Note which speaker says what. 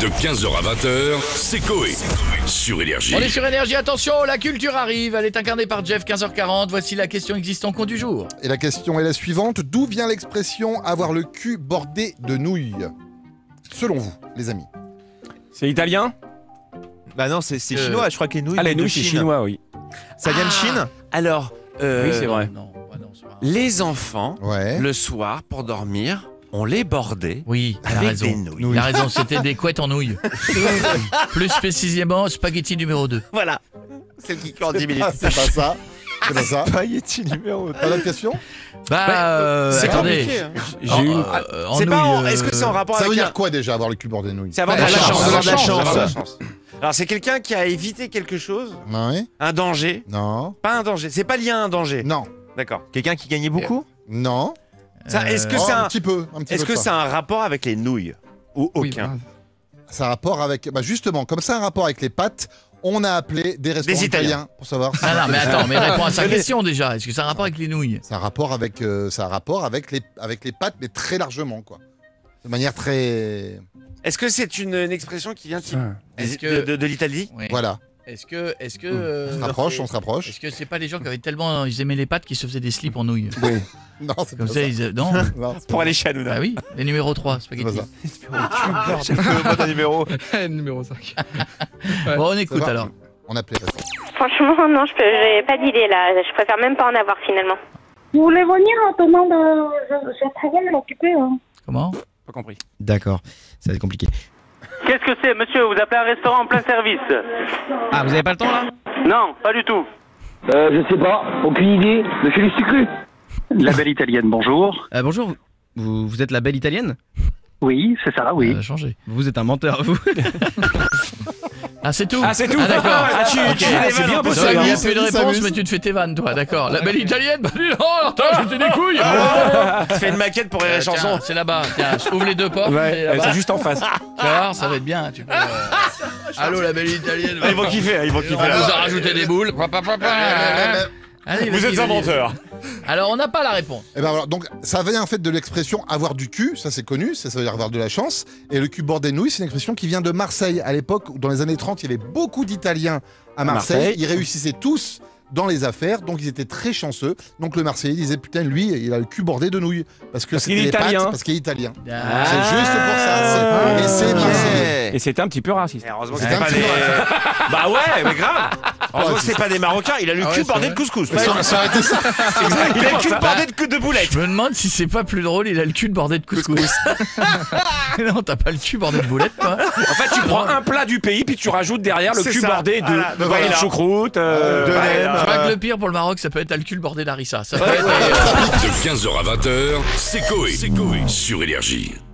Speaker 1: De 15h à 20h, c'est Coé. Sur Énergie.
Speaker 2: On est sur énergie, attention, la culture arrive, elle est incarnée par Jeff 15h40, voici la question existe en compte du jour.
Speaker 3: Et la question est la suivante d'où vient l'expression avoir le cul bordé de nouilles Selon vous, les amis.
Speaker 4: C'est italien
Speaker 5: Bah non, c'est c'est
Speaker 2: Euh,
Speaker 5: chinois, je crois que les nouilles
Speaker 4: Ah, les
Speaker 5: viennent de
Speaker 4: nouilles, c'est
Speaker 5: Chine.
Speaker 4: chinois, oui.
Speaker 5: Ça vient de Chine
Speaker 6: Alors, euh,
Speaker 4: Oui, c'est vrai.
Speaker 2: Non, ah non, c'est pas-
Speaker 6: les enfants,
Speaker 3: Ouais.
Speaker 6: le soir, pour dormir, on les bordait
Speaker 2: Oui, il a
Speaker 6: avec des
Speaker 2: raison.
Speaker 6: nouilles.
Speaker 2: Il a raison, c'était des couettes en nouilles. Plus précisément, spaghetti numéro 2.
Speaker 6: Voilà. Celle qui court 10 minutes.
Speaker 3: Ah, c'est pas ça. C'est pas ça.
Speaker 5: Pailletti numéro
Speaker 3: Pas d'autres questions
Speaker 2: Bah, euh,
Speaker 5: C'est
Speaker 2: attendez.
Speaker 5: compliqué. hein.
Speaker 4: J'ai
Speaker 2: En-
Speaker 4: eu une-
Speaker 2: euh, en
Speaker 6: Ah, C'est pas en-
Speaker 2: nouilles,
Speaker 6: Est-ce que c'est en
Speaker 2: euh,
Speaker 6: rapport
Speaker 3: Ça veut
Speaker 6: avec
Speaker 3: dire
Speaker 6: la-
Speaker 3: quoi déjà avoir le cul bordé de nouilles
Speaker 6: C'est avoir de
Speaker 3: Ah,
Speaker 6: la chance.
Speaker 3: avoir
Speaker 6: Avoir de la
Speaker 3: avoir de la
Speaker 6: Alors, c'est quelqu'un qui a évité quelque chose,
Speaker 3: chance. Ah Ouais.
Speaker 6: un danger.
Speaker 3: Non.
Speaker 6: Pas un danger. C'est pas lié à un danger.
Speaker 3: Non.
Speaker 6: D'accord.
Speaker 5: Quelqu'un qui gagnait beaucoup
Speaker 3: Non.
Speaker 6: Ça, Est-ce que
Speaker 3: Oh,
Speaker 6: c'est
Speaker 3: un
Speaker 6: un...
Speaker 3: petit peu. Un petit
Speaker 6: Est-ce
Speaker 3: peu
Speaker 6: que
Speaker 3: de
Speaker 6: c'est
Speaker 3: ça.
Speaker 6: un rapport avec les nouilles ou
Speaker 2: Oui,
Speaker 6: aucun
Speaker 3: Ça a rapport avec. Bah justement, comme ça a un rapport avec les pâtes, on a appelé des restaurants
Speaker 6: Des Italiens.
Speaker 3: pour savoir. si-
Speaker 2: Ah non, mais attends, mais réponds à sa question déjà. Est-ce que ça a un rapport avec les nouilles
Speaker 3: Ça a rapport avec. euh, ça a rapport avec les avec les pâtes, mais très largement quoi. De manière très.
Speaker 6: Est-ce que c'est une, une expression qui vient type-
Speaker 2: Est-ce
Speaker 6: de,
Speaker 2: que-
Speaker 6: de- de l'Italie
Speaker 2: Oui.
Speaker 3: Voilà.
Speaker 2: Est-ce que. Est-ce que.
Speaker 3: On
Speaker 2: euh,
Speaker 3: se rapproche, on se rapproche.
Speaker 2: Est-ce que c'est pas les gens qui avaient tellement. Ils aimaient les pâtes qu'ils se faisaient des slips en nouilles
Speaker 3: Oui. Non, c'est pas
Speaker 2: Comme
Speaker 3: ça.
Speaker 2: ça, ils. Non
Speaker 3: Non, c'est pas
Speaker 6: pour
Speaker 3: ça.
Speaker 6: aller chez Hanouna
Speaker 2: Bah oui, les numéros 3,
Speaker 3: C'est pas
Speaker 2: spaghetti.
Speaker 3: ça.
Speaker 6: Ah.
Speaker 5: J'ai fait le bon numéro.
Speaker 7: numéro 5.
Speaker 2: Bon, on écoute
Speaker 3: Ça va
Speaker 2: alors.
Speaker 3: On appelait.
Speaker 8: Franchement, non, je peux- j'ai pas d'idée là. Je préfère même pas en avoir finalement.
Speaker 9: Vous voulez venir en demande euh, je, je très bien m'occuper. Hein.
Speaker 2: Comment
Speaker 4: Pas compris.
Speaker 10: D'accord, ça va être compliqué.
Speaker 11: Qu'est-ce que c'est, monsieur Vous appelez un restaurant en plein service
Speaker 10: Ah, vous avez pas le temps là
Speaker 11: Non, pas du tout.
Speaker 7: Euh, je sais pas, aucune idée. Monsieur le sucru La belle italienne, bonjour.
Speaker 10: Euh, Bonjour, vous, vous êtes la belle italienne Euh,
Speaker 7: Oui, c'est ça, oui.
Speaker 2: Ça a changé.
Speaker 10: Vous êtes un menteur, vous
Speaker 2: Ah, c'est tout
Speaker 4: Ah, c'est tout
Speaker 2: Ah, d'accord.
Speaker 4: Ah, tu-
Speaker 2: Ok.
Speaker 4: tu fais des
Speaker 2: Ah,
Speaker 4: vannes en plus,
Speaker 2: Donc,
Speaker 4: ça,
Speaker 2: Il n'y a
Speaker 3: hein.
Speaker 2: plus de
Speaker 3: Ça
Speaker 2: réponse,
Speaker 3: m'amuse.
Speaker 2: mais tu te fais tes vannes, toi, d'accord. La belle italienne, bah dis donc,
Speaker 4: Ah,
Speaker 2: alors, t'as jeté des couilles
Speaker 6: Tu fais une maquette pour Rire
Speaker 2: Euh,
Speaker 6: et
Speaker 2: tiens,
Speaker 6: Chanson.
Speaker 2: C'est là-bas, tiens, ouvre les deux portes.
Speaker 4: Ouais,
Speaker 2: c'est
Speaker 4: euh,
Speaker 2: là-bas.
Speaker 4: c'est juste en face.
Speaker 2: Tu vas voir, ça va être bien. Tu peux, euh, Allô, la belle italienne.
Speaker 6: Ah, ils vont kiffer, ils vont
Speaker 2: On nous
Speaker 6: kiffer.
Speaker 2: a rajouté des boules. Pa, pa, pa, pa. hein. Allez,
Speaker 6: Vous
Speaker 2: vas-y,
Speaker 6: êtes
Speaker 2: vas-y.
Speaker 6: inventeur.
Speaker 2: Alors, on n'a pas la réponse.
Speaker 3: Eh ben voilà, donc ça vient en fait de l'expression avoir du cul, ça c'est connu, ça, ça veut dire avoir de la chance. Et le cul bord des nouilles, c'est une expression qui vient de Marseille. À l'époque, où dans les années 30, il y avait beaucoup d'Italiens à Marseille.
Speaker 4: Marseille.
Speaker 3: Ils réussissaient tous dans les affaires, donc ils étaient très chanceux. Donc le Marseillais disait putain, lui, il a le cul bordé de nouilles. Parce que
Speaker 4: Parce
Speaker 3: c'était
Speaker 4: qu'il est
Speaker 3: les pâtes,
Speaker 4: italien.
Speaker 3: parce qu'il est italien.
Speaker 2: Ah,
Speaker 3: C'est juste pour ça.
Speaker 4: Ah.
Speaker 3: c'est- Et c'est Marseillais.
Speaker 4: Et c'était un petit peu raciste.
Speaker 6: Eh, Heureusement que
Speaker 3: C'est
Speaker 6: c'est
Speaker 3: un
Speaker 6: pas
Speaker 3: petit
Speaker 6: des. Bah ouais, mais grave. Heureusement que c'est pas des Marocains. Il a le
Speaker 2: Ah ouais,
Speaker 6: cul
Speaker 2: c'est
Speaker 6: bordé
Speaker 2: vrai.
Speaker 6: de couscous.
Speaker 3: Mais ça- ça aurait été ça.
Speaker 6: Il a le cul bordé de, cou- de boulettes.
Speaker 2: Je me demande si c'est pas plus drôle, il a le cul de bordé de couscous. non, t'as pas le cul bordé de boulettes, toi.
Speaker 4: En fait, tu prends un plat du pays, puis tu rajoutes derrière le
Speaker 6: C'est
Speaker 4: cul
Speaker 6: ça.
Speaker 4: bordé de,
Speaker 6: Voilà,
Speaker 4: de
Speaker 6: voilà.
Speaker 4: choucroute. euh,
Speaker 5: De
Speaker 4: voilà.
Speaker 5: l'aime.
Speaker 2: Je crois que
Speaker 5: euh,
Speaker 2: le pire pour le Maroc, ça peut être t'as le cul bordé d'Arissa. Ça peut être.
Speaker 1: De 15h à 20h, c'est Coé. Sur Énergie.